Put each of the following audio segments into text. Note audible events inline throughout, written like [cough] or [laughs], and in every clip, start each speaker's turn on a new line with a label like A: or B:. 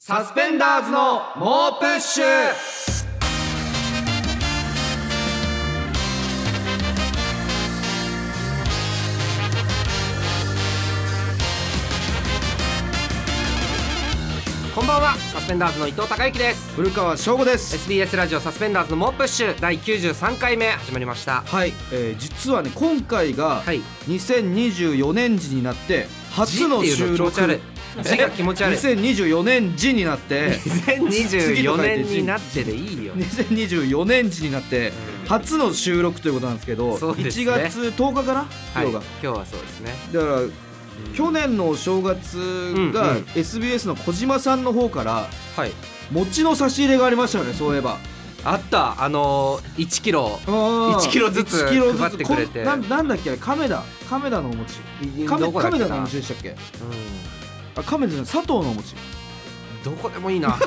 A: サスペンダーズの猛プッシュこんばんはサスペンダーズの伊藤孝之です
B: 古川翔吾です
A: SBS ラジオサスペンダーズの猛プッシュ第93回目始まりました
B: はい、えー、実はね今回が
A: はい
B: 2024年時になって初の収録
A: 字っていうの気持ち悪い字が気持ち悪い
B: 2024年時になって
A: 2024年になってでいい
B: [laughs]
A: よ
B: 2024年時になって初の収録ということなんですけど
A: そうですね
B: 1月10日かな
A: はい
B: 今日が、
A: 今日はそうですね
B: だから去年のお正月
A: う
B: が
A: んうん
B: SBS の小島さんの方から
A: はい
B: 餅の差し入れがありましたよねそういえば
A: あったあのー、1キロ1
B: 1
A: キロずつ
B: キロずつ
A: 配ってくれて
B: こんなんなんだっけあれ亀田亀田のお餅亀
A: どこだっけ
B: 亀
A: な
B: 田のお餅でしたっけ
A: うん
B: あ亀田じゃない佐藤のお餅
A: どこでもいい
B: [laughs]
A: な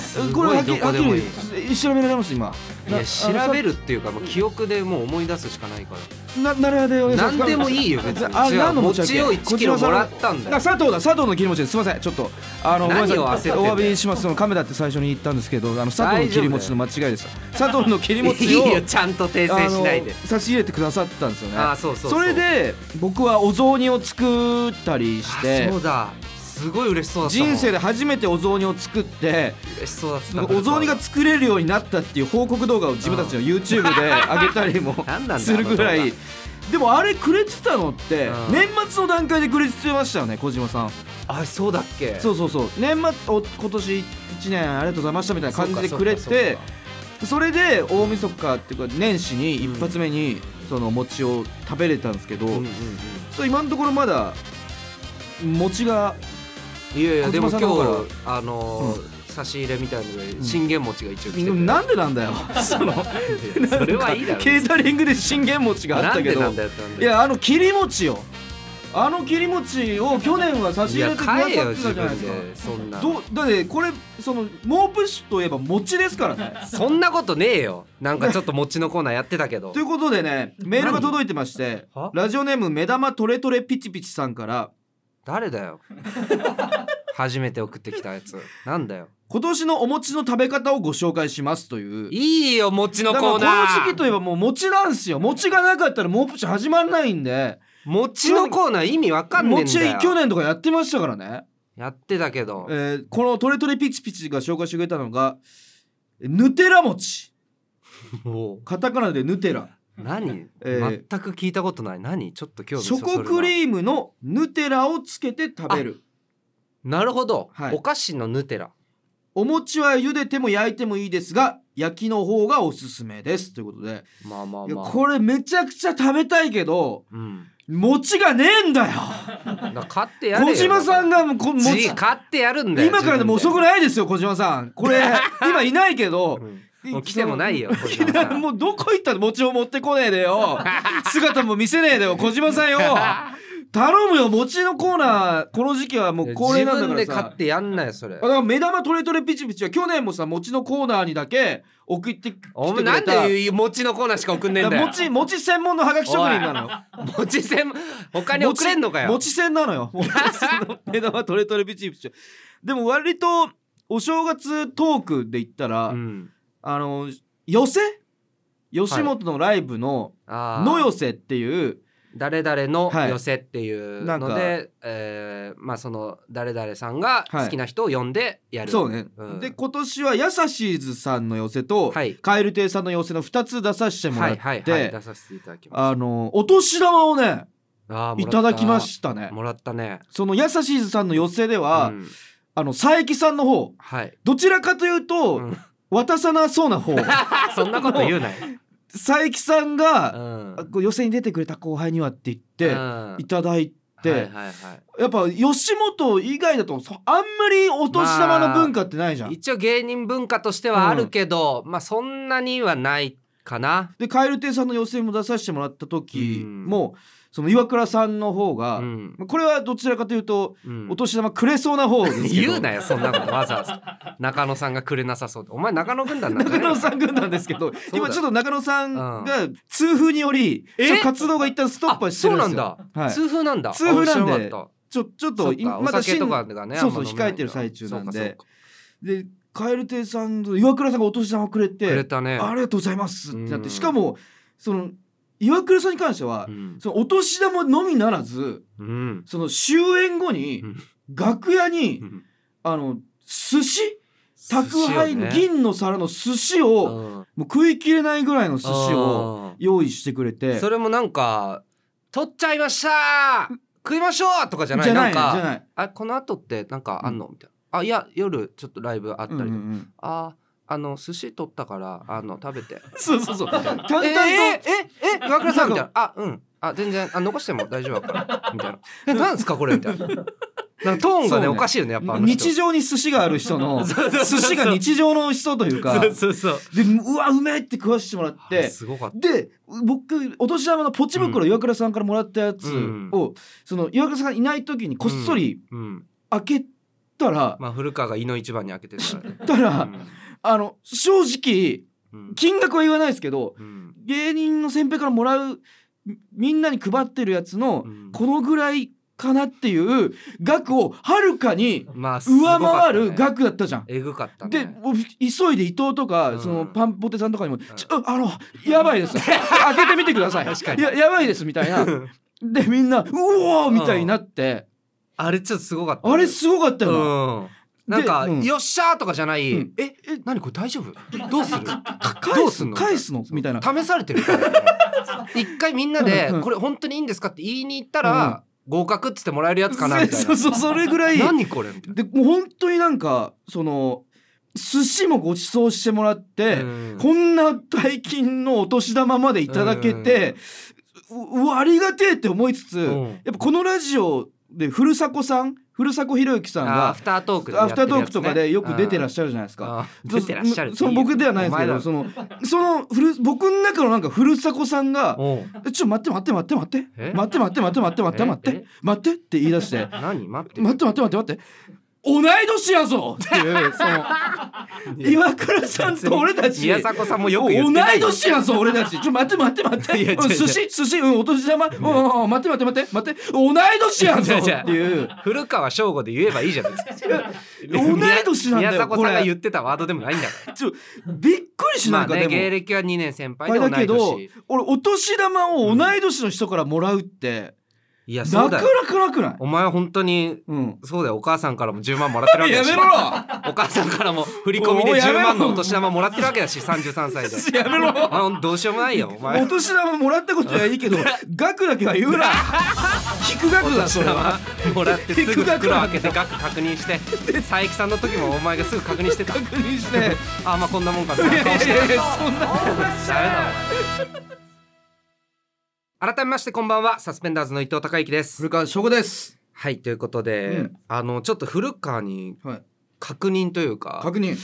A: す
B: これ
A: ご
B: はいっきり
A: どこでもいい
B: はっきり調べられます今
A: い
B: な
A: や調べ
B: あ
A: るっていうかもう記憶でもう思い出すしかないか
B: のさな奈良屋でお願
A: ら
B: いします
A: 何でもいいよ別
B: あ
A: に違う
B: 何の餅だっけ
A: 餅を1キロ
B: こちらさ
A: も
B: ん
A: らったんだ
B: あ
A: よ
B: 佐藤だ佐藤の切り餅ですすみませんちょっとあのごめんなさい
A: 何を焦ってんだよ
B: お詫びしますその亀田って最初に言ったんですけどあの佐藤の切り餅の間違いでした佐藤の切り
A: い
B: 餅を
A: いよちゃんと訂正しないで
B: あの差し入れてくださったんですよね
A: あーそうそうそう
B: れで僕はお雑煮を作ったりして
A: あそうだすごい嬉しそうだったもん
B: 人生で初めてお雑煮を作って
A: 嬉しそうだった
B: お雑煮が作れるようになったっていう報告動画を自分たちの
A: [laughs]
B: YouTube で上げたりも
A: 何なんだ
B: するぐら
A: あの
B: い
A: 動
B: でもあれくれてたのって
A: うん
B: 年末の段階でくれてましたよね小島さん
A: あそうだっけ
B: そうそうそう年末お今年1年ありがとうございましたみたいな感じでくれ
A: そうかそう
B: て
A: か
B: それで大晦日っていうか年始に一発目にその餅を食べれたんですけど、
A: そうかうんうん
B: そう今のところまだ餅が
A: うんいやいや
B: 小
A: でも今
B: 島さん
A: 日
B: の方から
A: あのー差し入れみたいので信玄餅が一応来てて
B: なんでなんだよその
A: [laughs] それはいいだろ
B: ケータリングで信玄餅があったけど
A: なんでなんだよってなん
B: い
A: で
B: やあの切り餅よあの切り餅を去年は差
A: い
B: し入れ
A: や
B: てくださ
A: 帰
B: って
A: れよ
B: たじ
A: 自
B: ゃない
A: 分
B: ですか
A: でそんな
B: どうだってこれその猛プッシュといえば餅ですからね
A: [laughs] そんなことねえよなんかちょっと餅のコーナーやってたけど
B: ということでねメールが届いてまして
A: 何は
B: ラジオネーム目玉トレトレピチピチさんから
A: 誰だよ初めて送ってきたやつなんだよ
B: 今年のお餅の食べ方をご紹介しますという
A: いいよ餅の
B: だから
A: コーナ
B: この時期といえ
A: ー
B: ばもう餅なんすよ餅がなかったら猛プッシュ始まんないんで
A: 餅のコーナー意味わかんねえん
B: 餅
A: だ
B: 去
A: よ
B: 年とかやってましたからね
A: やってたけど
B: えーこのトレトレピチピチが紹介してくれたのがヌテラ餅
A: も
B: カタカナでヌテラ
A: う何
B: えー
A: 全く聞いたことない何ちょっと興味
B: チ
A: そ
B: ョ
A: そ
B: コ
A: るな
B: クリームのヌテラをつけて食べる
A: なるほど
B: はい
A: お菓子のヌテラ
B: お餅は茹でても焼いてもいいですが焼きの方がおすすめですということで
A: まあまあ
B: いや
A: まあ
B: これめちゃくちゃ食べたいけど
A: うん
B: 餅がねえんだよ
A: だから買ってやれよ
B: 小島さんがもうこ
A: 餅
B: 餅
A: 買ってやるんだよ
B: 今からでも遅くないですよ小島さん
A: [laughs]
B: これ今いないけど
A: うんもう来てもないよ小
B: い
A: 島さ
B: や
A: ん
B: [laughs] もうどこ行ったの餅を持ってこねえ
A: [laughs]
B: でよ姿も見せねえでよ小島さんよ頼むよ餅のコーナーこの時期はもう恒例なんだか
A: 自分で
B: ら
A: 買
B: さ
A: ってやんなよそれ
B: あだから目玉トレトレピチピチは去年もさ餅のコーナーにだけ送ってきて
A: お
B: く
A: 前
B: れた
A: なんで餅のコーナーしか送んねえん
B: だ
A: だ
B: から
A: よ
B: 餅餅専門のハガキ職人なのよ
A: 餅せん他に送れんのかよ
B: 餅専なのよ [laughs] 餅の目玉トレトレピチピチはでも割とお正月トークで言ったら、
A: うん
B: あの寄せ吉本のライブの「
A: あー
B: の寄せ」っていう、
A: 誰々の
B: はい
A: 寄せっていう
B: なん
A: の
B: か
A: で、えーまあその誰々さんが
B: はい
A: 好きな人を呼んでやる、
B: そうね、
A: うん
B: で今年はやさしーずさんの寄せと、
A: はい
B: カエル亭さんの寄せの2つ出させても
A: は
B: ら
A: い
B: って、
A: はいはい出させていただきます
B: あのお年玉をね
A: あー
B: い
A: もら
B: た
A: っ
B: だきましたね
A: もらったね
B: そのやさしーずさんの寄せでは、
A: うん
B: あの佐伯さんの方
A: はい、
B: どちらかというと、
A: う
B: [laughs]
A: ん
B: 渡さなそうな
A: [laughs]
B: 方
A: そんなこと言うなよ、
B: 佐伯さん
A: う
B: が、
A: ん
B: こう寄せに出てくれた後輩にはって言って、
A: うん
B: いただいて、
A: はいはいはい
B: やっぱ吉本以外だとそあんまりお年玉の文化ってないじゃん、
A: 一応芸人文化としてはあるけど、まあそんなにはないかな。
B: で蛙亭さんの予選も出させてもらった時も、その岩倉さんの方が、
A: うん
B: まあこれはどちらかというと
A: うん
B: お年玉くれそうな方ですけ
A: [laughs]
B: ど
A: 言うなよそんなことわざわざ中野さんがくれなさそうってお前中野軍団なんだ
B: 中
A: よ
B: 野さん軍なんですけど今ちょっと中野さんが痛風により、
A: え
B: ちょっと活動が一旦ストップはしてるんで
A: あそ
B: すよ
A: うなんだ、
B: はい
A: 痛風なんだ
B: 痛風なんで
A: あ知らなかっ
B: ちょちょっ
A: そ
B: と
A: っか
B: 今
A: お酒と
B: 新
A: かがね
B: そうそう
A: あんま飲めない
B: 控えてる最中なんで
A: そうかそうか
B: で蛙亭さんと岩倉さんがお年玉くれて
A: くれたね
B: ありがとうございますってなっ
A: う
B: て
A: ん
B: しかもその岩倉さんに関しては、
A: うん
B: そのお年玉のみならず
A: うん
B: その終演後に
A: うん
B: 楽屋に、
A: うん
B: あの寿司宅配、
A: 寿司をね
B: 銀の皿の寿司を、
A: うん
B: もう食いきれないぐらいの寿司を
A: うん
B: 用意してくれて
A: それもなんか取っちゃいました食いましょうとかじゃない
B: じゃない
A: ん
B: じゃ
A: か
B: ない
A: あこの後ってなんかあんのみたいなあいや夜ちょっとライブあった
B: う
A: りと
B: んう
A: か
B: んうん
A: ああの寿司取ったからあの食べて
B: そうそうそう淡々
A: [laughs] え
B: と
A: ええええ岩倉さんみたいなあうんあ全然あ残しても大丈夫だか
B: [laughs]
A: らみたいなえなんですかこれみたいななんかトーン
B: そ
A: が
B: う
A: ね
B: ね
A: おかしいよねやっぱあの人
B: 日常に寿司がある人
A: [laughs]
B: の
A: そうそうそ
B: 寿
A: う
B: 司が日常の人というか
A: そう
B: で
A: そうそう
B: うわうめえって食わしてもらっ
A: あれ
B: て
A: すごかった
B: で僕お年玉のポチ袋
A: うん
B: 岩倉さんからもらったやつ
A: うん
B: をその岩倉さんがいない時にこっそり
A: うん
B: 開けたら
A: まあ古川が胃の一番に開けてるからね
B: たらあの正直
A: うんうん
B: 金額は言わないですけど
A: うん
B: 芸人の先輩からもらうみみんなに配ってるやつの
A: うん
B: このぐらいかなっていう額をはるかに
A: まあすごか
B: 上
A: ったね
B: 回る額だったじゃん。
A: えぐかった
B: で
A: ね
B: お急いで伊藤とか、
A: うん
B: そのパンポテさんとかにも「ちょあのやばいです」「開けてみてください」
A: [laughs] 確か
B: い
A: に
B: ややばいです」みたいなでみんな「うおー!」みたいになって、
A: あれちょっとすごかった
B: あれすごかったよな、
A: うんなんか
B: でうん
A: よっしゃーとかじゃない
B: うん
A: ええ何これ大丈夫どうするど
B: 返
A: う
B: す
A: すんの
B: 返すのみたいな
A: 試されてる一回みんなで
B: うんうん
A: これ本当にいいんですかって言いに行ったら合格っつってもらえるやつかなみたい
B: [laughs] そうそうそれぐらい
A: な何これみたい
B: でもう本当になんかその寿司もご馳走してもらって、
A: なうん
B: こんな大金のお年玉までいただけて、ううわありがてえって思いつつ、
A: うん
B: やっぱこのラジオで古迫さん古迫ひろゆきさん
A: あア
B: が
A: フタートークでや
B: ア
A: っ
B: フ
A: て
B: ター
A: る
B: トー
A: や
B: ク
A: つね
B: とかでよく出てらっ
A: し
B: しゃるじゃないですか。
A: ゃ出てらっしゃる
B: その僕ではないですけどそ
A: の
B: のその古僕の中のなんか古迫さんが「えちょっと待って待って待って待って
A: え
B: 待って待って待って待って待って待っ
A: え
B: て待って」って言い出して
A: 何待っ
B: 「
A: て
B: 待って待って待って待って同い年やぞ!」っていうその岩倉さんと俺たち
A: 宮迫さんもよく言
B: 同
A: ってない
B: い年やぞ俺たちちょ待って待って待って
A: いや違う違う
B: 寿司寿司うんお年玉うんうんうん待って待って待って待って同い年やぞ
A: 違う違う
B: っていう
A: 古川翔吾で言えばいいじゃないですか
B: 同い年なんだよ
A: 宮迫さん
B: これ
A: が言ってたワードでもないんだから
B: ちょびっくりし
A: ま
B: なん
A: あ
B: か
A: ね芸
B: でも
A: 歴は2年先輩
B: あ
A: で
B: れ
A: 同
B: だ
A: い
B: けど
A: 年
B: 俺お年玉を同い年の人からもらうって
A: いや
B: な
A: そう
B: か
A: だ
B: な
A: よ
B: かなくない
A: お前は本当に
B: うん
A: そうだよお母さんからも10万もらってるわけ
B: や
A: だし
B: めろや
A: お母さんからも振り込みで
B: おいや
A: 10
B: めろ
A: 万のお年玉もらってるわけだし33歳
B: [laughs]
A: で
B: めろ
A: お前どうしようもないよお前
B: お年玉もらったことはいいけど額だけは言
A: [laughs]
B: うな引く額だそれは
A: もらってすぐ袋開けて額確認して佐伯さんの時もお前がすぐ確認してた
B: 確認してい
A: [laughs]
B: やい
A: あまあこんなもんかって顔して
B: やいやそんな
A: [laughs] ダメだわ改めましてこんばんはサスペンダーズの伊藤孝之です
B: 古川翔吾です
A: はいということで、
B: うん
A: あのちょっと古川に
B: はい
A: 確認というか
B: 確認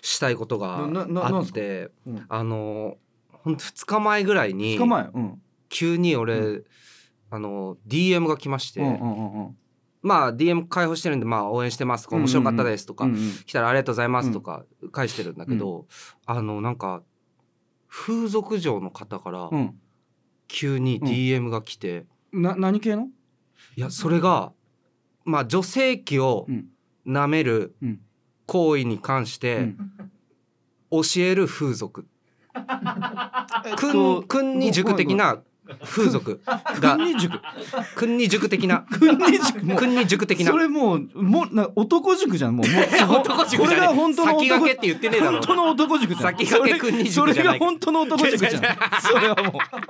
A: したいことが
B: ななな
A: あ
B: なん
A: っ
B: すか
A: て、
B: うん
A: あのほんと2日前ぐらいに
B: 捕まえうん
A: 急に俺、
B: う
A: あの DM が来まして、
B: うんうんうんうん
A: まあ DM 開放してるんで、まあ、応援してますとか
B: うん
A: 面
B: うんうん
A: 白かったですとか、
B: うんうん
A: 来たらありがとうございますとか返してるんだけど、あのなんか風俗嬢の方から
B: うん
A: 急に DM が来て、
B: な何系の
A: いやそれがまあ女性器を
B: うん
A: 舐める
B: うん
A: 行為に関し
B: う
A: て
B: ん
A: 教える風
B: [laughs]
A: 俗、く
B: と
A: んくんに塾的な風俗が
B: [laughs] 訓二塾
A: くんに塾的な
B: 訓二塾
A: [laughs]
B: もう
A: くんに塾的な
B: それもうもうな男塾じゃんもうもう
A: 男 [laughs] 塾じゃねえ
B: これが本当の
A: 先駆
B: 男
A: けって言ってねえだろ
B: 本当の男塾じゃん
A: 先駆け君に塾
B: それ
A: じ
B: そ
A: ゃ
B: れ
A: な
B: が
A: い
B: 本当の男塾じゃ
A: [laughs] い
B: ん
A: やい
B: それはもう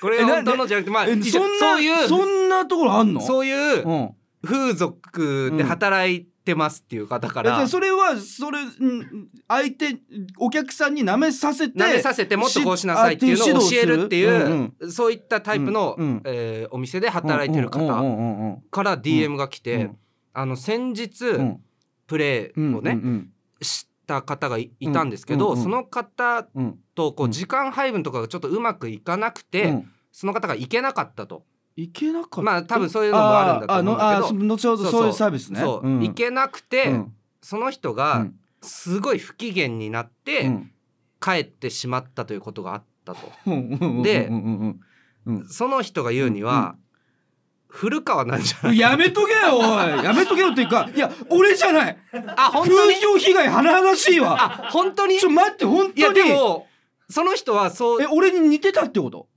A: これ
B: えな
A: 本当のじゃなくてまあい
B: え
A: いじゃんそういう
B: そんなところあんの
A: そういう
B: うんえ
A: 風俗で働いてますっていう方か
B: じゃ
A: ら
B: あそれはそれん相手お客さんに舐めさせて
A: 舐めさせてもっとこうしなさいっていうのを教えるっていうそういったタイプの
B: うんうん
A: えーお店で働いてる
B: うん
A: 方
B: うんうんうん
A: から DM が来
B: う
A: て
B: ん
A: あの先日
B: うん
A: プレ
B: うん
A: ーをね
B: うん
A: した方がいいたんですけ
B: う
A: ど
B: んうん
A: その方
B: うんうん
A: とこ
B: う
A: うん時間配分とかがちょっとうまくいかなく
B: う
A: て
B: ん
A: その方が行けなかったと
B: いけなかった
A: まあ多分そういうのもあるんだと思うんだけど
B: あーあのあーそ後ほどそういうサービスね
A: そ
B: ん
A: う行けなくて
B: うん
A: その人
B: う
A: が
B: ん
A: すごい不機嫌になっ
B: う
A: て
B: ん
A: 帰ってしまったということがあったと。
B: うんうんうんうんうん
A: で
B: うんうんうん
A: その人が言うには、古川なんじゃない
B: やめとけよおいやめとけよっていうかいや俺じゃない
A: あ本
B: 風
A: 当に
B: 評被害甚だしいわ
A: あ本当に
B: ちょ待って本
A: いや
B: 当に
A: でもその人はそう
B: え俺に似てたってこと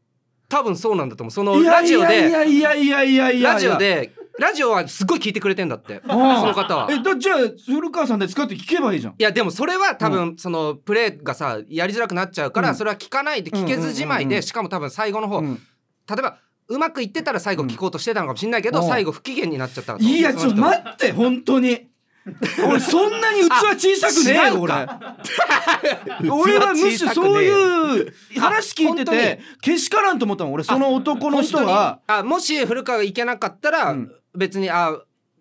A: 多分そうなんだと思うその
B: いや
A: ラ
B: い
A: ジオ
B: やい
A: で
B: やいやいやいやいや
A: ラジオでラジオはすっごい聞いてくれてんだってそ
B: うん
A: の方は
B: えだじゃあ古川さんで使って聞けばいいじゃん
A: いやでもそれは多分そのプレーがさやりづらくなっちゃうか
B: うん
A: らそれは聞かないで聞けずじまい
B: うんうんうんうん
A: でしかも多分最後の方
B: う
A: 例
B: ん
A: えばうまくいってたら最後聞こうとしてたのかもしれないけど
B: うん
A: 最後不機嫌になっちゃった
B: いやちょっと
A: っ
B: 待って本
A: [laughs]
B: 当に俺そんなに器小さくねえ
A: あ違
B: よ
A: う
B: 俺
A: か [laughs]
B: 俺はむしろそういう話聞いて
A: あ本
B: てけしからんと思ったもん俺その男の人は
A: あもし古川がいけなかったら
B: うん
A: 別にあ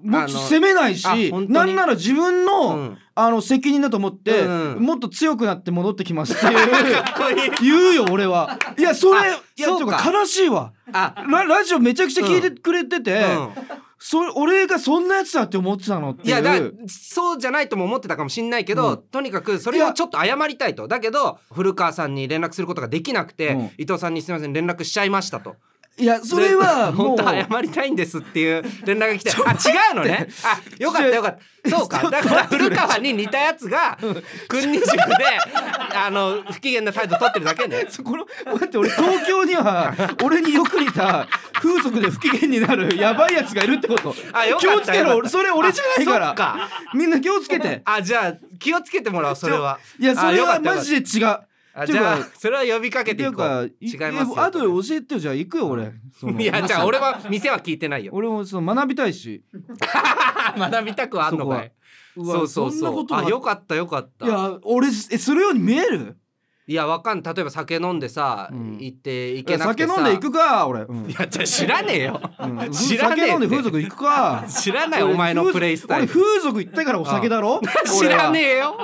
B: も
A: あの
B: う責めない
A: あ
B: し
A: 本当に
B: なんなら自分の、
A: うん [laughs]
B: あの責任だと思って、
A: うんうん
B: もっと強くなって戻ってきますっていう [laughs]
A: こいい
B: 言うよ俺はいやそれ
A: あ
B: いや
A: そう
B: て
A: か
B: か悲しいわ
A: あ
B: ララジオめちゃくちゃ聞いてくれてて、
A: うん
B: それ俺がそんなやつだって思ってたのっていう
A: いやだそうじゃないとも思ってたかもしんないけど、
B: うん
A: とにかくそれをちょっと謝りたいとだけど古川さんに連絡することができなくて、
B: うん
A: 伊藤さんにすみません連絡しちゃいましたと
B: いやそれは
A: で
B: も
A: 本
B: う
A: 当は謝りたいんですっていう連絡が来てあ違うのねあよかったよかったそうかだから古川に似たやつが君に塾であの不機嫌な態度取ってるだけね
B: そこの待って俺東京には俺によく似た風俗で不機嫌になるやばいやつがいるってこと
A: あよか
B: 気
A: った
B: をつけ
A: よか
B: ろ
A: った
B: それ俺じゃないから
A: あそっか
B: みんな気をつけて
A: あじゃあ気をつけてもらおうそれはい
B: やそ
A: あ
B: れ
A: よか
B: は
A: ったよか
B: マ
A: った
B: ジで違う
A: あ
B: てい
A: じ
B: うか
A: ゃあそれは呼びかけていこう
B: って
A: 違
B: い
A: いう
B: か
A: ますよ
B: あとで教えてよじゃあ行くよ俺その
A: いやじゃあ俺は店は聞いてないよ
B: 俺もその学びたいし
A: 学びたくはあんのかい
B: そ
A: そうそうそうあよかったよかった
B: いや俺えするように見える
A: いやわかん例えば酒飲んでさ、
B: うん
A: 行って行
B: い
A: け
B: や
A: なく
B: 酒
A: てさ
B: 飲んで行くか俺、うん
A: いやじゃあ知らねえよ
B: うん
A: 知らねえって
B: 酒飲んで風俗行くか
A: 知らないお前のプレイスタイ
B: 俺
A: ル
B: 風俗行ったからお酒だろ
A: [laughs] 知らね
B: え
A: えよ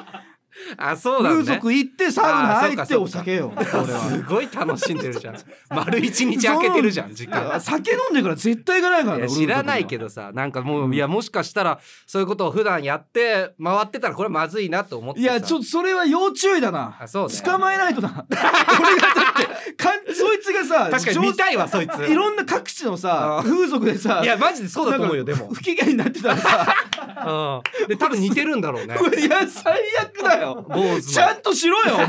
A: あそうだね
B: 風俗行ってサウナ入
A: あ
B: っ
A: そ
B: て
A: うかそうか
B: お酒よ俺
A: す
B: は
A: ごい楽しんでるじゃん丸一日開けてるじゃん時
B: いや
A: 間
B: 酒飲んでから絶対行かないから
A: い
B: ね
A: や
B: 俺
A: 知らないけ
B: ど
A: どさなんかもう、いやもしかしたらそういうことを普段やって回ってたらこれまずいなと思って
B: い
A: い
B: やちょっとそれは要注意だな
A: あそうね
B: 捕まえないとな俺がだ [laughs] ってかんそいつがさ
A: 確かに見たいわそいつ
B: いろんな各地の
A: あ
B: さ
A: ー
B: 風俗でさ
A: いやマジでそうだと思うよで
B: なんか
A: も
B: 不機嫌になってた
A: [laughs]
B: らさ
A: うんで多分似てるんだろうね
B: いや最悪だよ
A: 坊主の
B: ちゃんとしろよお前
A: [laughs]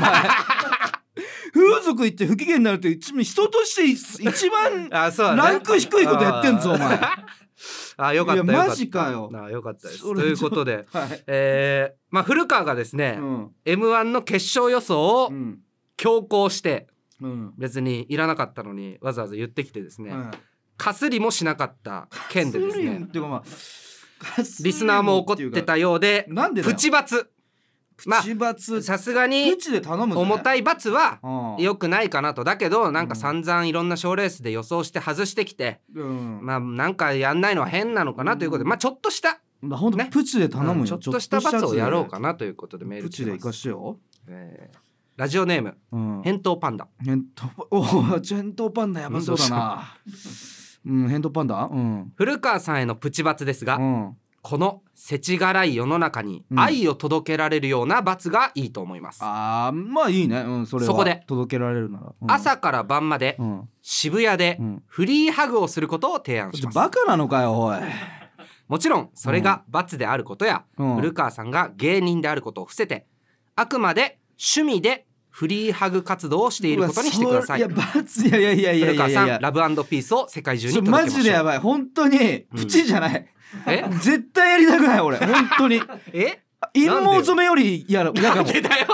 B: 風俗行って不機嫌になるって一人として一番
A: あそうだね
B: ランク低いことやってんぞお前
A: あーあーよかったよ
B: いや
A: かった
B: マジかよ
A: あーよかったです
B: そ
A: と
B: れ
A: いうことで
B: はい
A: えーまあ古川がですね、
B: うん
A: M1 の決勝予想を
B: うん
A: 強行して
B: うん
A: 別にいらなかったのにわざわざ言ってきてですね、
B: うん
A: かすりもしなかった件でです
B: スリム
A: ね
B: っていうかまあ
A: リスナーも怒ってたようで
B: なんでだ
A: プ
B: よ
A: チ罰まあ
B: プチバツ
A: さすが
B: プ
A: に
B: チで頼む
A: 重た
B: い
A: い罰は良くないかなとだけどなんか散々いろんな賞レースで予想して外してきて、
B: うん
A: まあなんかやんないのは変なのかなということで、まあちょっとした
B: まあほんと
A: ね
B: プチで頼む
A: う
B: よ
A: んちょっとした罰をやろうか
B: な
A: なということでメール
B: プチで行かしてよ
A: えーラジオネーム
B: うん
A: 返答パンダ
B: 扁桃おお扁桃パンダやばそうだなうん扁桃パンダうん
A: 古川さんへのプチ罰ですが、
B: うん
A: この世知辛い世の中に
B: うん
A: 愛を届けられるような罰がいいと思います、
B: あーまあいいねうんそれは
A: そこで
B: 届けられるならうん
A: 朝から晩まで
B: うん
A: 渋谷で
B: うん
A: フリーハグをすることを提案します
B: バカなのかよおい
A: もちろんそれが罰であることや、
B: うん
A: 古川さんが芸人であることを伏せてあくまで趣味でフリーハグ活動をしていることにしてください
B: や罰いやいやいやいや
A: 古
B: いや
A: 川
B: い
A: さ
B: や
A: ん
B: いや
A: ラブピースを世界中に
B: それ
A: 届けま
B: マ
A: しょう
B: ジでやばい本当に
A: うん
B: プチじゃない
A: え
B: 絶対やりたくない俺本
A: [laughs]
B: 当に
A: え
B: 陰謀染めよりやるやかも
A: 出たよ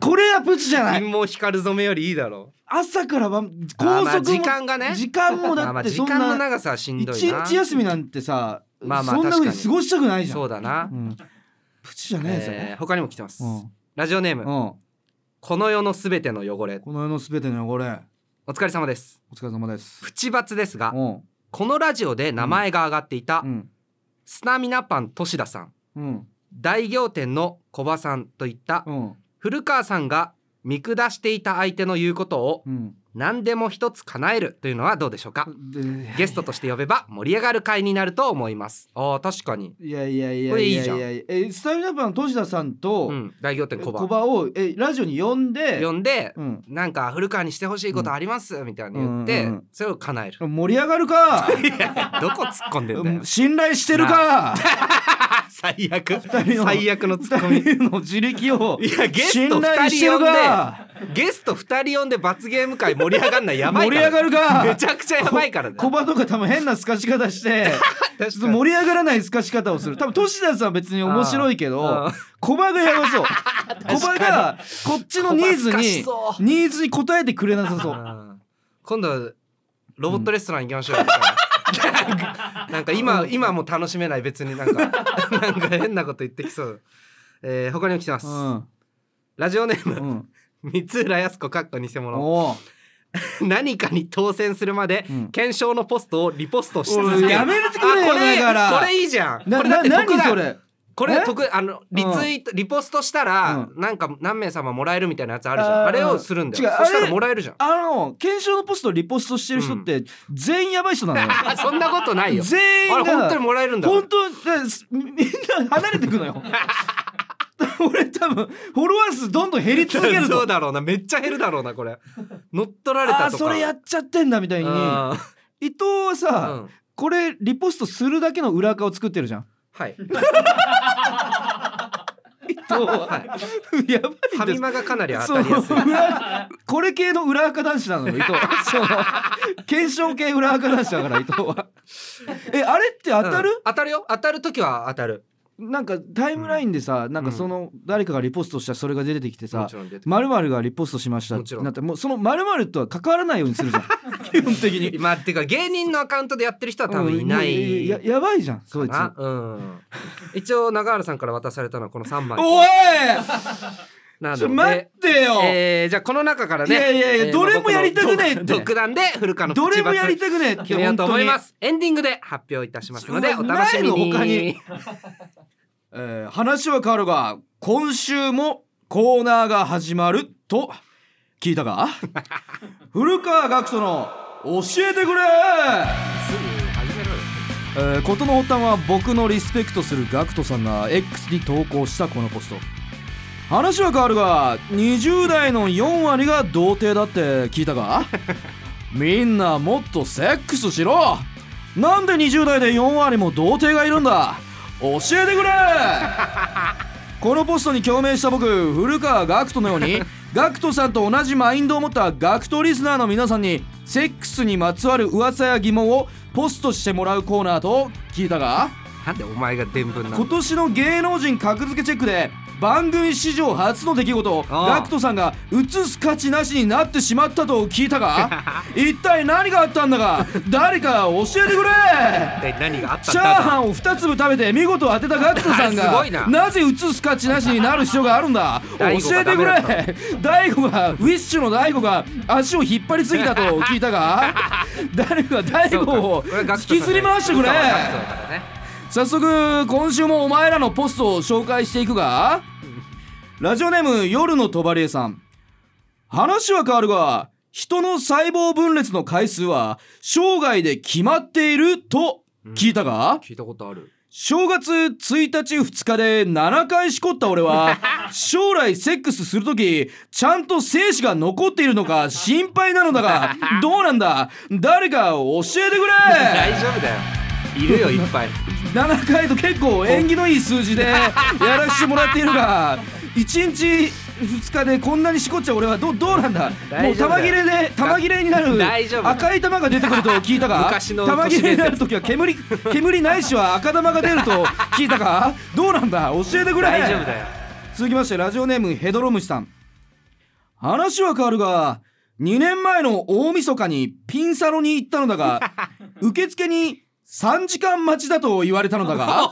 B: これはプチじゃない
A: 陰謀光る染めよりいいだろ
B: 朝から
A: あ
B: 晩
A: ー
B: 高
A: まあ
B: 速も
A: 時間がね
B: 時間も
A: う
B: だ
A: あま
B: っ
A: あ
B: て
A: 時
B: そん
A: 間の
B: な
A: 長さはしん
B: 一
A: どいな
B: 日休みなんてさ
A: まあまあ
B: そんな
A: 確か
B: 風
A: に
B: に過ごしたくないじゃん
A: そうだな
B: う、んプチじゃねえぞ
A: えー、他にも来てます、
B: うん
A: ラジオネーム、
B: うん
A: この世のすべての汚れ
B: この世のすべての汚れ
A: お疲れ様です
B: お疲れ様です
A: プチ罰ですが
B: うん
A: このラジオで名前が挙がっていた、
B: うん
A: スタミナパンとしださん
B: うん
A: 大行店の小葉さんといった
B: うん
A: 古川さんが見下していた相手の言うことを
B: うん
A: 何でも一つ叶えるというのはどうでしょうかゲストとして呼べば盛り上がる会になると思いますあー確かに、
B: いやいやい
A: こ
B: や
A: れい
B: い
A: い
B: や
A: じゃん
B: いやいやえスタイルアップのとし田さんと
A: うん、大行店
B: え
A: 小
B: コ
A: 判
B: バをえラジオに呼んで
A: 呼んで、
B: うん
A: なんか古川にしてほしいことあります、みたいに言って、
B: うんうんうん
A: それを叶える
B: 盛り上がるか
A: どこ突っ込んでんだよ
B: 信頼してるか
A: [laughs] 最悪
B: 人の
A: 最悪のツッコミ
B: 二人の自力を
A: いやゲス
B: 信
A: ト2
B: 頼して
A: 人呼
B: る
A: ん
B: か
A: でゲスト2人呼んで罰ゲーム会盛り上がんないやばい
B: 盛
A: から
B: り上がる
A: め
B: か
A: ちゃくちゃやばいからね
B: コバとか多分変な透かし方してちょっと盛り上がらない透かし方をする多分とし田さんは別に面白いけ
A: あ
B: ど
A: ー
B: コバがやば
A: [laughs]
B: そうコバがこっちのニーズ
A: 小バ透か
B: に
A: しそう
B: ニーズに応えてくれなさそう
A: うん今度ロボットレストラン行きましょうよ、 [laughs] なんかなんか今今も楽しめない別になんか [laughs] なんか変なこと言ってきそう、えー、他にも来てます、
B: う
A: ラジオネーム
B: んうん
A: 三浦靖子かっこ偽物
B: お
A: 何かに当選するまで
B: うん
A: 検証のポストをリポストし続け
B: お
A: る
B: いやめてくれよ
A: あこれ
B: だから
A: これいいじゃん
B: おな
A: これだっ
B: な
A: て得
B: 何
A: だ
B: それ
A: これ
B: え
A: 得あのリツイート、リポストしたら、なんか何名様もらえるみたいなやつあるじゃん
B: あ
A: あ
B: ー
A: れをするんだ
B: 違
A: よ
B: う
A: そした
B: あ
A: ら
B: れ
A: もらえるじゃん
B: あの検証のポストをリポストしてる人って全員やばい人なのよ
A: あ [laughs] そんなことないよ
B: 全
A: あ
B: 員
A: れ本
B: が
A: 当にもらえるんだから
B: 本当ですみんな離れてくのよ俺多分フォロワー数どんどん減り続ける
A: そ
B: ぞ
A: うだろうなめっちゃ減るだろうなこれ乗っ取られたとか
B: あーそれやっちゃってんだみたいに
A: う
B: 伊藤はさ、
A: んうん
B: これリポストするだけの裏垢を作ってるじゃん [laughs]
A: はい
B: 伊藤はやばいんです
A: ファミマがかなり当
B: そ
A: た
B: う
A: りやすい
B: 裏これ系の裏垢男子なのよ伊
A: [laughs]
B: 藤その検証系裏垢男子だから伊藤はえあれって当た
A: うん
B: る、
A: 当たるよ当たる時は当たる
B: なんかタイムラインでさ、なんかその誰かがリポストしたらそれが出てきて
A: も
B: さ
A: ちろん出てく
B: まるまるがリポストしましたっ
A: もち
B: て
A: ろん
B: なってもうそのまるまるとは関わらないようにする
A: [laughs]
B: じゃん基本的に
A: るまあっていうか芸人のアカウントでやってる人は多分いな
B: うん
A: い
B: ややばいじゃんそいつ
A: なうん一応永原さんから渡されたのはこの3枚
B: おい
A: な
B: ちょ
A: の
B: 待
A: で
B: ってよ、
A: えーじゃあこの中からね
B: いやいやいや
A: えー
B: どれもやりたくねえっ
A: 僕
B: て
A: の独断で古川のプチ
B: ど
A: バツ
B: れもやりたくねえって
A: 決めようと思いますすエンディングで発表いたしますので
B: そ
A: お
B: うな
A: 楽しみ
B: ないの他
A: に
B: にえー話は変わるが今週もコーナーが始まると聞いたか古川学徒の教えて
A: すぐ始め
B: くれ
A: ろよ
B: えー、事の発端は僕のリスペクトするガクトさんが X に投稿したこのポスト話は変わるが20代の4割が童貞だって聞いたかみんなもっとセックスしろなんで20代で4割も童貞がいるんだ教えてくれこのポストに共鳴した僕古川ガクトのよ
A: [laughs]
B: うにガクトさんと同じマインドを持ったガクトリスナーの皆さんにセックスにまつわる噂や疑問をポストしてもらうコーナーと聞いたが
A: なんでお前が伝聞な
B: 今
A: の
B: 年の芸能人格付けチェックで番組史上初の出来事
A: ああ
B: ガクトさんが映す価値なしになってしまったと聞い
A: [laughs]
B: たが一体何があったんだか誰か教えてくれ
A: 一体何があったん
B: チャー
A: だ
B: ハンを2粒食べて見事当てたガクトさん
A: [laughs] すご
B: が
A: いな
B: ぜ映す価値なしになる必要があるんだ教
A: 大悟がダ
B: えてく
A: メだった
B: れ大悟がウィッシュの大悟が足を引っ張りすぎ
A: [laughs]
B: たと聞いたが誰か大
A: そう
B: 悟
A: か
B: を
A: これガクト
B: 引
A: さん
B: きずり回してくれ
A: ガクトさんだからね
B: 早速今週もお前らのポストを紹介していくがラジオネーム夜のとばりえさん話は変わるが人の細胞分裂の回数は生涯で決まっていると聞いたが、
A: 聞いたことある
B: 正月1日2日で7回しこった俺は将来セックスする時ちゃんと精子が残っているのか心配なのだがどうなんだ誰か教えてく
A: [laughs]
B: れ
A: 大丈夫だよいるよいっぱい
B: 7回と結構縁起のいい数字でやらせてもらっているが1日2日でこんなにしこっちゃ俺はどどうなんだも
A: 大
B: う
A: 丈夫
B: 玉
A: だ
B: 切
A: よ
B: れで玉切れになる
A: 大丈夫だよ
B: 赤い玉が出てくると聞いたが
A: 昔の
B: 玉切れになる時は煙煙ないしは赤玉が出ると聞いたがどうなんだ教えてくれ
A: 大丈夫だよ
B: 続きましてラジオネームヘドロムシさん話は変わるが2年前の大晦日にピンサロに行ったのだが受付に3時間待ちだと言われたのだが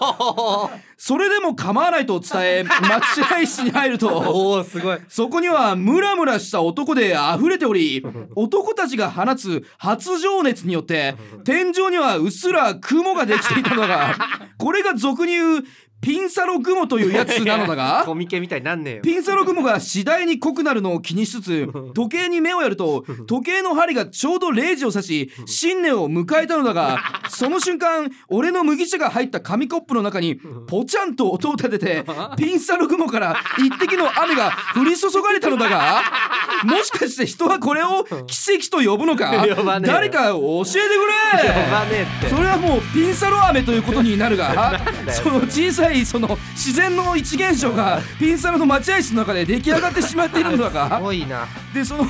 B: それでも構わないと伝え待合室に入ると
A: おおすごい
B: そこにはムラムラした男で溢れており男たちが放つ発情熱によって天井にはうっすら雲ができていたのだがこれが俗に言うピンサログモというやつなのだが
A: コミケみたいになんねえよ
B: ピンサログモが次第に濃くなるのを気にしつつ時計に目をやると時計の針がちょうど0時を指し新年を迎えたのだがその瞬間俺の麦茶が入った紙コップの中にポチャンと音を立ててピンサログモから一滴の雨が降り注がれたの
A: [laughs]
B: だがもしかして人はこれを奇跡と呼ぶのか
A: [laughs] 呼ばねえよ
B: 誰か教えてくれ
A: 呼ばねえって
B: それはもうピンサロ飴ということに
A: [laughs]
B: なるが
A: だよ
B: その小さいその自然の一現象がピンサロの待合室の中で出来上がってしまっているのだ
A: す
B: が
A: ごいな
B: でその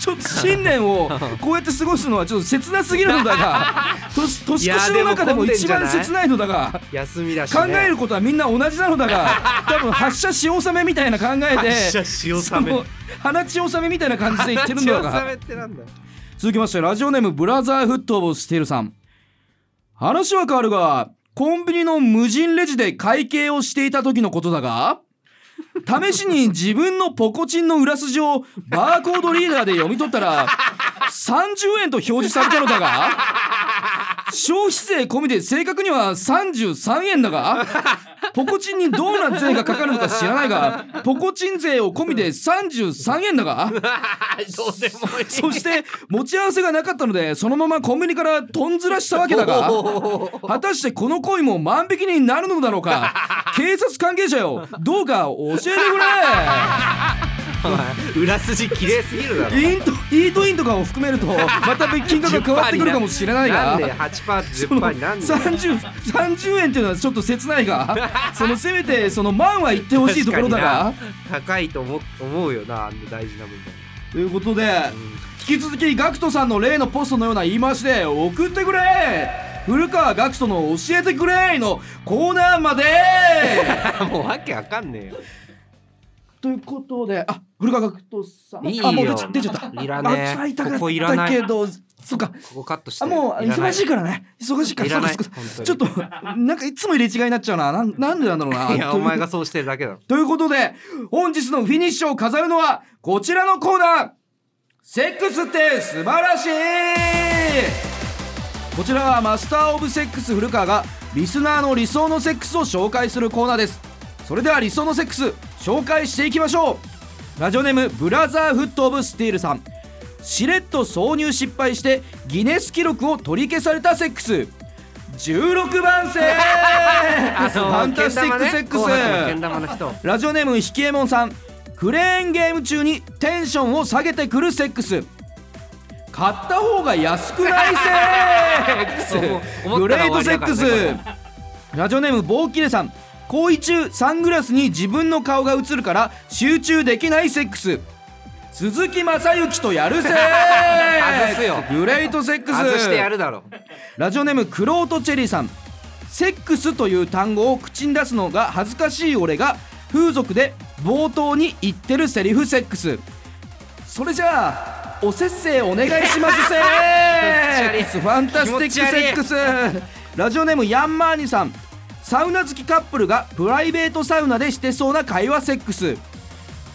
B: ちょっと新
A: [laughs]
B: 年をこうやって過ごすのはちょっと切なすぎるのだが年年越しの中でも一番切ないのだ
A: [laughs]
B: が。
A: 休みだし、ね、
B: 考えることはみんな同じなのだが多分発射し納めみたいな考えで
A: 発射し納め
B: その放ち納めみたいな感じで言ってるのだが
A: 立ち納めってなんだよ
B: 続きましてラジオネームブラザーフットをしているさん話は変わるがコンビニの無人レジで会計をしていた時のことだが試しに自分のポコチンの裏筋をバーコードリーダーで読み取ったら30円と表示されたのだが消費税込みで正確には33円だがポコチンにどんな税がかかるのか知らないがポコチン税を込みで33円だが
A: どうでもいい
B: [laughs] そして持ち合わせがなかったのでそのままコンビニからとんずらしたわけだが果たしてこの行為も万引きになるのだろ
A: [laughs]
B: うか警察関係者よどうか教えて
A: お前裏筋綺麗すぎるだ
B: く
A: ろ
B: れイントイートインとかを含めるとまた金額が変わってくるかもしれない
A: な
B: が
A: んで8パー10パーになんで
B: 30, 30円っていうのはちょっと切ないがそのせめてその万は言ってほしいところだが
A: 確かにな高いと思思うよなあんな大事なもんだ
B: ということで、引き続きガクトさんの例のポストのような言い回しで送ってくれ古川ガクトの教えてくれのコーナーまで
A: からもうわけわかんねえよ
B: [laughs] ということであ古川ガクトさん
A: いいよ
B: あもう出ちゃ出ちゃった
A: いらねえ
B: あ会いたか
A: ここいら
B: っ
A: な
B: た
A: い
B: けどそっか
A: ここカットして
B: あもう忙しい
A: か
B: からね忙しいから
A: いらない
B: そうかそうか
A: 本
B: ち
A: 当
B: ょっとなんかいつも入れ違いになっちゃうななんなんでなんだろうな
A: いや
B: と
A: お
B: う
A: 前がそうしてるだけだろ
B: ということで、本日のフィニッシュを飾るのは、こちらのコーナーセックスって素晴らしいこちらはマスターオブセックス古川が、リスナーの理想のセックスを紹介するコーナーです。それでは理想のセックス、紹介していきましょうラジオネーム、ブラザーフットオブスティールさん。しれっと挿入失敗して、ギネス記録を取り消されたセックス。16番セックスファンタスティックセックス
A: けん玉の人
B: ラジオネームひきえもんさんクレーンゲーム中にテンションを下げてくるセックス買った方が安くない
A: そう
B: セックス
A: 思
B: グ
A: ったら終わ
B: レート
A: り
B: セ
A: だ
B: ッ
A: か
B: ク
A: らね
B: スラジオネームボーキレさん行為中サングラスに自分の顔が映るから集中できないセックス鈴木雅之とやるセッ
A: [laughs]
B: ク
A: 外すよ
B: スグレートセックス
A: 外してやるだろ
B: ラジオネームクロートチェリーさんセックスという単語を口に出すのが恥ずかしい俺が風俗で冒頭に言ってるセリフセックスそれじゃあおせっせいお願いしますセックスファンタスティックセックスラジオネームヤンマーニさんサウナ好きカップルがプライベートサウナでしてそうな会話セックス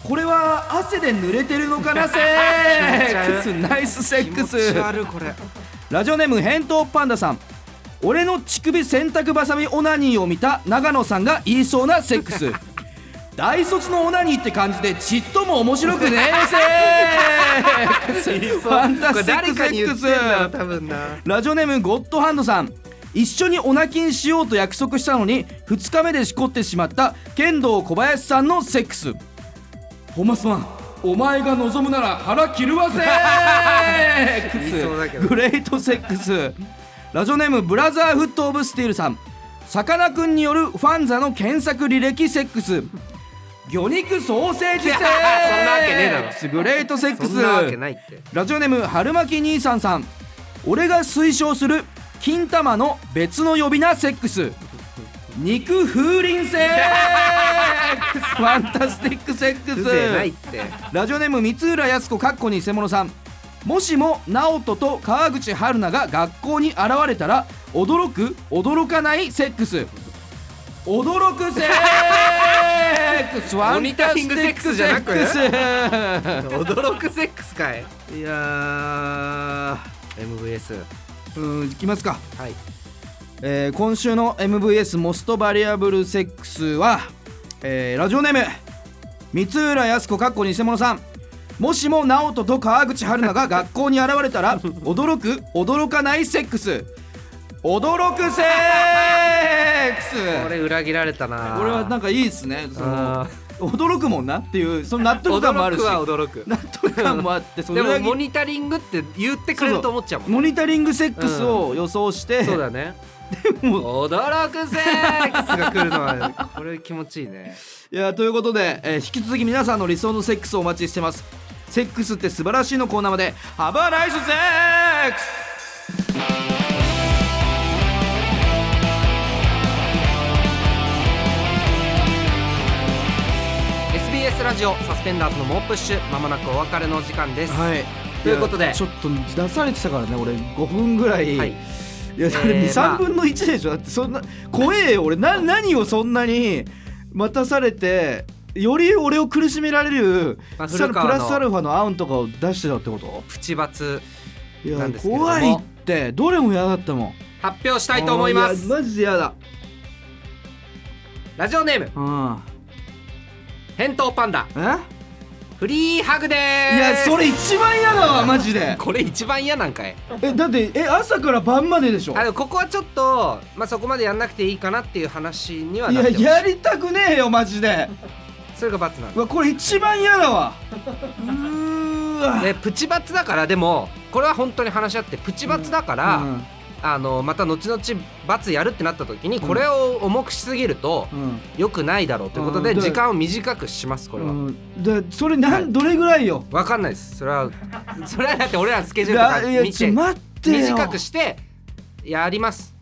B: これは汗で濡れてるのかなセ
A: [laughs]
B: ックスナイスセ
A: 気
B: ック
A: 持ち
B: ス
A: 悪いこれ
B: ラジオネーム返答パンダさん俺の乳首洗濯バサミオナニーを見た長野さんが言いそうなセック
A: [laughs]
B: ス大卒のオナニーって感じでちっとも面白くね
A: [laughs]
B: えセックスファンタスティッ
A: これ誰
B: ク
A: かに
B: セッ
A: 言っ
B: ク
A: てん
B: ス
A: だろ多分な
B: ラジオネームゴッドハンドさん一緒にオナキンしようと約束したのに2日目でしこってしまった剣道小林さんのセックスホマスマンお前が望むなら腹切るわせ
A: [laughs] 言いそうだけど
B: グレートセックスラジオネームブラザーフットオブスティールさんさかなクンによるファンザの検索履歴セック
A: [laughs]
B: ス魚肉ソーセージセック
A: そ
B: ス
A: んなわけねえだろ
B: グレートセック
A: そ
B: ス
A: んなわけないって
B: ラジオネーム春巻兄さんさん俺が推奨する金玉の別の呼び名セックス肉風鈴セック [laughs] スファンタスティックセック
A: 風情ないっ
B: ス
A: て
B: ラジオネーム三浦靖子かっこ偽物さんもしも直人と川口春奈が学校に現れたら驚く驚かないセックス驚くセック [laughs] スファンタスティックセックス
A: 驚くセックスかい
B: いやー
A: MVS
B: うんいきますか
A: はい
B: えー今週の MVS モストバリアブルセックスは、えーラジオネーム三浦靖子かっこ偽物さんもしも直人と川口春奈が学校に現れたら驚く驚かないセックス驚くセックス
A: これ裏切られたな
B: これはなんんかいいですねその
A: あ
B: 驚くもんなっていうその納得感もあるし
A: 驚くは
B: 納
A: 驚
B: 得感もあってそ
A: く
B: の
A: でも
B: 裏
A: モ
B: 切
A: ニタリングって言ってくれると思っちゃうもん
B: モニタリングセックスを予想し
A: [laughs]
B: て、
A: そうだね
B: も
A: 驚くセックスが来るの
B: [laughs]
A: はこれ気持ちいいね
B: いやということで、えー引き続き皆さんの理想のセックスをお待ちしてますセックスって素晴らしいのコーナーまでハバナイスセックス
A: SBS ラジオサスペンダーズの猛プッシュまもなくお別れのお時間です、
B: はい
A: ということで
B: やちょっと出されてたからね俺5分ぐらい、、
A: はいい
B: やそれ
A: えーま
B: 3
A: あ
B: 分の1でしょだってそんな怖えよ俺な何をそんなに待たされてより俺を苦しめられる
A: まあ
B: さ
A: 古
B: らプ
A: 川の
B: ラスアルファのアウンとかを出してたってこと
A: プチバツ
B: いや
A: なんですけれども
B: 怖いってどれも嫌だったもん
A: 発表したいと思いま
B: あー
A: す
B: やマジで嫌だ
A: ラジオネーム
B: うん
A: 返答パンダ
B: え
A: フリーハグで
B: いや
A: す
B: それ一番嫌だわマジで
A: これ一番嫌なんかい
B: えだってえ朝から晩まででしょ
A: あでもここはちょっと、まあ、そこまでやんなくていいかなっていう話にはいなっ
B: や
A: てます
B: やりたくねえよマジで
A: それが罰なん
B: うわこれ一番嫌だわうーわ
A: でプチ罰だからでもこれは本当に話し合ってプチ罰だから、
B: うん
A: あのまた後々罰やるってなった時にこれを重くしすぎると
B: うん
A: 良くないだろうということ
B: う
A: で
B: ん
A: 時間を短くしますこれは。
B: うんでそれなんどれぐらいよ
A: わかんないですそれはそれはだって俺らのスケジュールと
B: だい
A: か
B: や
A: 見
B: ちょ
A: て
B: 待ってよ
A: 短くしてやります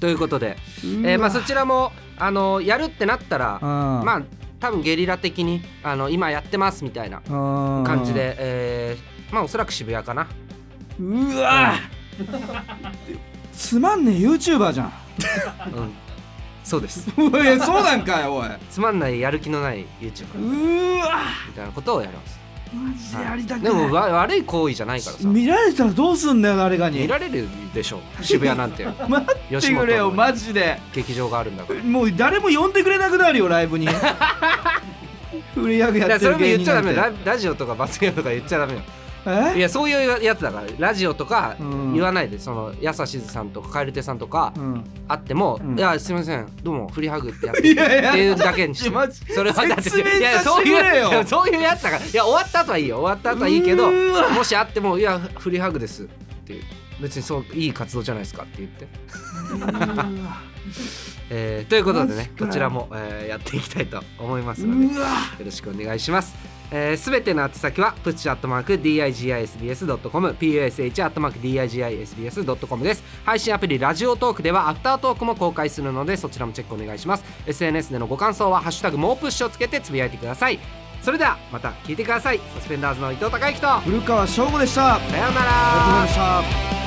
A: ということで、えーまあ、そちらもあのやるってなったらま
B: ま
A: あ多分ゲリラ的にあの今やってますみたいな
B: あ
A: 感じで、えーまあおそらく渋谷かな
B: う
A: [laughs]
B: わつまんねえ
A: [laughs]
B: YouTuber じゃん
A: うんそうです
B: うわいやそうなんかよおい
A: つまんないやる気のない YouTuber み
B: うわ
A: たいなことをやります
B: マジでやりたく
A: で
B: ない
A: もわ悪い行為じゃないからさ
B: 見られたらどうすんだよ誰か
A: 見
B: に
A: られるでしょう渋谷
B: [laughs]
A: なんて
B: 待ってくれよ
A: 吉本の
B: マジで
A: 劇場があるんだから
B: もう誰も呼んでくれなくなるよライブ
A: [laughs]
B: に振り上げ
A: だか
B: や
A: ら
B: っ
A: そ
B: て
A: れ
B: る
A: も言
B: 芸
A: っ
B: 人
A: ちゃ
B: な
A: ダ
B: ん
A: メ
B: て
A: ララジオとか罰ゲームとか言っちゃダメよい
B: え
A: やそういうやつだからラジオとか
B: うん
A: 言わないで、そのやさしずさんとかカエルテさんとか
B: うん
A: あっても「
B: うん
A: いやすいませんどうもフリーハグってやって
B: いやいや
A: っていうだけにして
B: マジ
A: それはだって
B: 説明
A: いや
B: さ
A: そ
B: せ
A: う
B: て
A: い
B: くれよ
A: ういやそういうやつだ [laughs] からいや終わった後はいいよ終わった後はいいけど
B: うーわ
A: もしあっても「いやフリーハグです」っていう別にそういい活動じゃないですかって言って、えーということで
B: マジ
A: ね
B: か
A: こ
B: よ
A: ちらも、えーやっていきたいと思いますのでよ
B: うわ
A: ろしくお願いしますえーすべ、ての宛先はプッチアットマーク digisbs.com push アットマーク digisbs.com です配信アプリラジオトークではアフタートークも公開するのでそちらもチェックお願いします SNS でのご感想は「ハッシュタグもうプッシュ」をつけてつぶやいてくださいそれではまた聞いてくださいサスペンダーズの伊藤孝之と
B: 古川翔吾でしたあり
A: さような
B: がとうござい
A: ら
B: ました